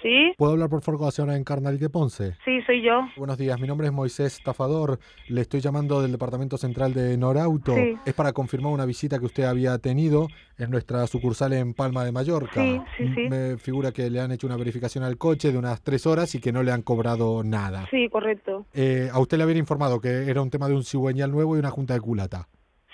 Sí, ¿Puedo hablar por favor con la señora Encarnal de Ponce? sí, soy yo. Buenos días, mi nombre es Moisés Estafador, le estoy llamando del Departamento Central de Norauto. Sí. Es para confirmar una visita que usted había tenido en nuestra sucursal en Palma de Mallorca. Sí, sí, sí. Me figura que le han hecho una verificación al coche de unas tres horas y que no le han cobrado nada. Sí, correcto. Eh, a usted le habían informado que era un tema de un cigüeñal nuevo y una junta de culata.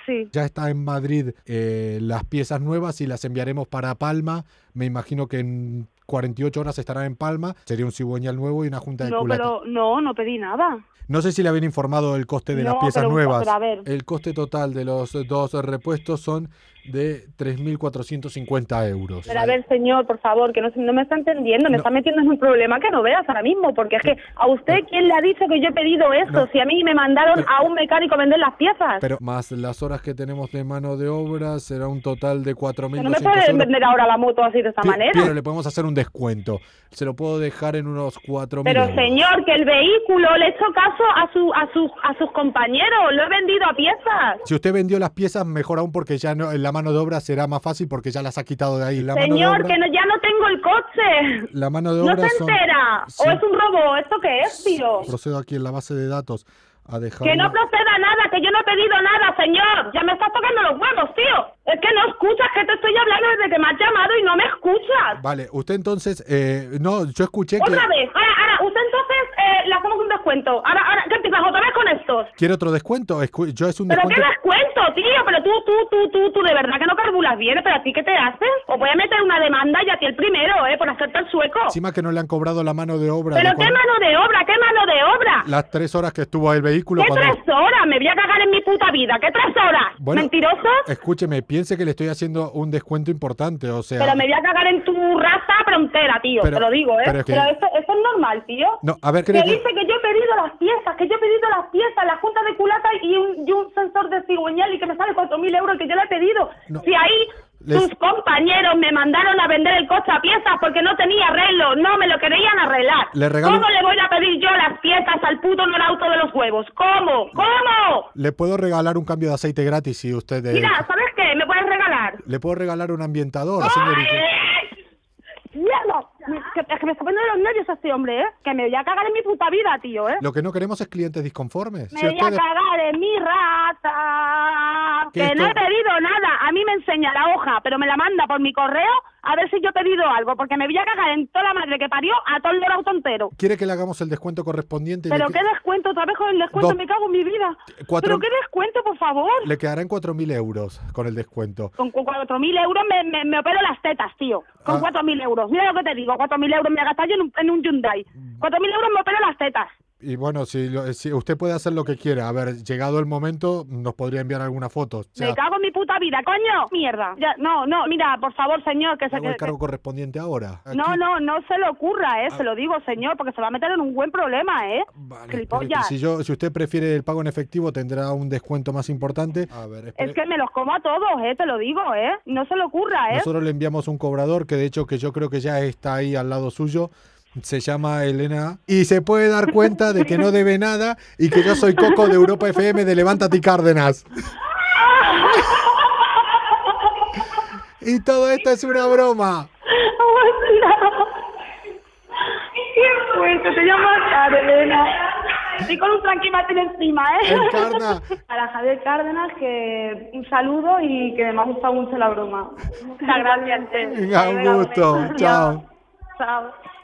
Sí, Ya está en Madrid eh, las piezas nuevas y las enviaremos para Palma. Me imagino que en 48 horas estarán en Palma. Sería un cigüeñal nuevo y una junta de no, culata. pero no, no pedí nada. No sé si le habían informado el coste de No, las piezas pero- nuevas. Eh, pero a ver. El coste total de los dos repuestos son de 3.450 euros. Pero a ver, señor, por favor, que no, se- no me está entendiendo, me No. está metiendo en un problema que no veas ahora mismo, porque es que a usted, ¿quién le ha dicho que yo he pedido esto? No. Si a mí me mandaron Pero- a un mecánico a vender las piezas. Pero más las horas que tenemos de mano de obra será un total de Que 4.200 no me pueden euros. vender ahora la moto así de esta Pi- manera. Pero le podemos hacer un descuento. Se lo puedo dejar en unos 4.000 Pero euros. señor, que el vehículo le he hecho caso a su a sus a sus compañeros, lo he vendido a piezas. Si usted vendió las piezas, mejor aún porque ya no, la mano de obra será más fácil porque ya las ha quitado de ahí. La mano de Señor, obra, que no, ya no tengo el coche. la mano de No obra se son- entera. Sí. O es un robo, ¿esto qué es, tío? Procedo aquí en la base de datos a dejar... Que no proceda nada, que yo no he pedido nada, señor. Ya me estás tocando los huevos, tío. Es que no escuchas, que te estoy hablando desde que me has llamado y no me escuchas. Vale, usted entonces... eh, no, yo escuché que... Otra vez. Ahora, ahora, usted entonces eh, le hacemos un descuento. Ahora, ahora, ¿qué empiezas otra vez con estos? ¿Quiere otro descuento? Escu- Yo es un ¿Pero qué descuento... descuento, tío? Pero tú, tú, tú, tú, tú, de verdad que no carbulas bien. ¿Pero a ti qué te haces? O voy a meter una demanda y a ti el primero, ¿eh? Por hacerte el sueco. Encima que no le han cobrado la mano de obra. ¿Pero de qué cuando- mano de obra? ¿Qué mano de obra? Las tres horas que estuvo el vehículo... ¿Qué cuando- tres horas? Me voy a cagar en mi puta vida. ¿Qué tres horas? Bueno, eh, ¿Mentirosos? Escúcheme, piense que le estoy haciendo un descuento importante, o sea... Pero me voy a cagar en tu raza frontera, tío. Pero- te lo digo, ¿eh? pero Pero, es que- esto, esto es normal, tío. No, a ver, Que creo que- dice que yo he pedido las piezas, que yo he pedido las piezas, la junta de culata y un, y un sensor de cigüeñal y que me sale 4.000 euros que yo le he pedido. No. Si ahí Les- tus compañeros me mandaron a vender el coche a piezas porque no tenía arreglo, no me lo querían arreglar. Le regalo- ¿Cómo le voy a pedir yo las piezas al puto no auto de los huevos? ¿Cómo? ¿Cómo? Le puedo regalar un cambio de aceite gratis si usted... eh, Mira, ¿sabes qué? ¿Me puedes regalar? Le puedo regalar un ambientador, señorita. ¡Ay! ¡Mierda! Me- que- Es que me está poniendo los nervios este hombre, ¿eh? Que me voy a cagar en mi puta vida, tío, ¿eh? Lo que no queremos es clientes disconformes. Me Si voy a ustedes- cagar en mi raza. ¿Qué Que no he esto? pedido nada. A mí me enseña la hoja, pero me la manda por mi correo a ver si yo he pedido algo. Porque me voy a cagar en toda la madre que parió a todo el dorado entero. ¿Quiere que le hagamos el descuento correspondiente? y Pero le... qué descuento, otra vez con el descuento, Dos- me cago en mi vida. cuatro- Pero qué descuento, por favor. le quedarán 4.000 euros con el descuento. Con cu- 4.000 euros me, me, me opero las tetas, tío. Con Ah. 4.000 euros. Mira lo que te digo. 4.000 euros me he gastado yo en un, en un Hyundai. Mm. 4.000 euros me opero las tetas. Y bueno, si, lo- si usted puede hacer lo que quiera. A ver, llegado el momento, nos podría enviar alguna foto. O sea, Me cago en mi puta vida, coño. Mierda. Ya, no, no, mira, por favor, señor, que le se... hago el que- cargo correspondiente ahora. que- no, Aquí- Ah. no, no se le ocurra, eh. Se lo digo, señor, porque se va a meter en un buen problema, eh. Vale, espere, Gilipollas. si, yo, si usted prefiere el pago en efectivo, tendrá un descuento más importante. A ver, espere. Es que me los como a todos, eh. Te lo digo, eh. No se le ocurra, eh. Nosotros le enviamos un cobrador que de hecho que yo creo que ya está ahí al lado suyo. Se llama Elena y se puede dar cuenta de que no debe nada y que yo soy Coco de Europa FM de Levántate y Cárdenas. Y todo esto es una broma. Qué fuerte, te llamas Carolina. Estoy con un tranquimate encima, ¿eh? Encarna. Para Javier Cárdenas, que un saludo y que me ha gustado mucho la broma. Muchas gracias. Venga, un gusto. Chao. Chao.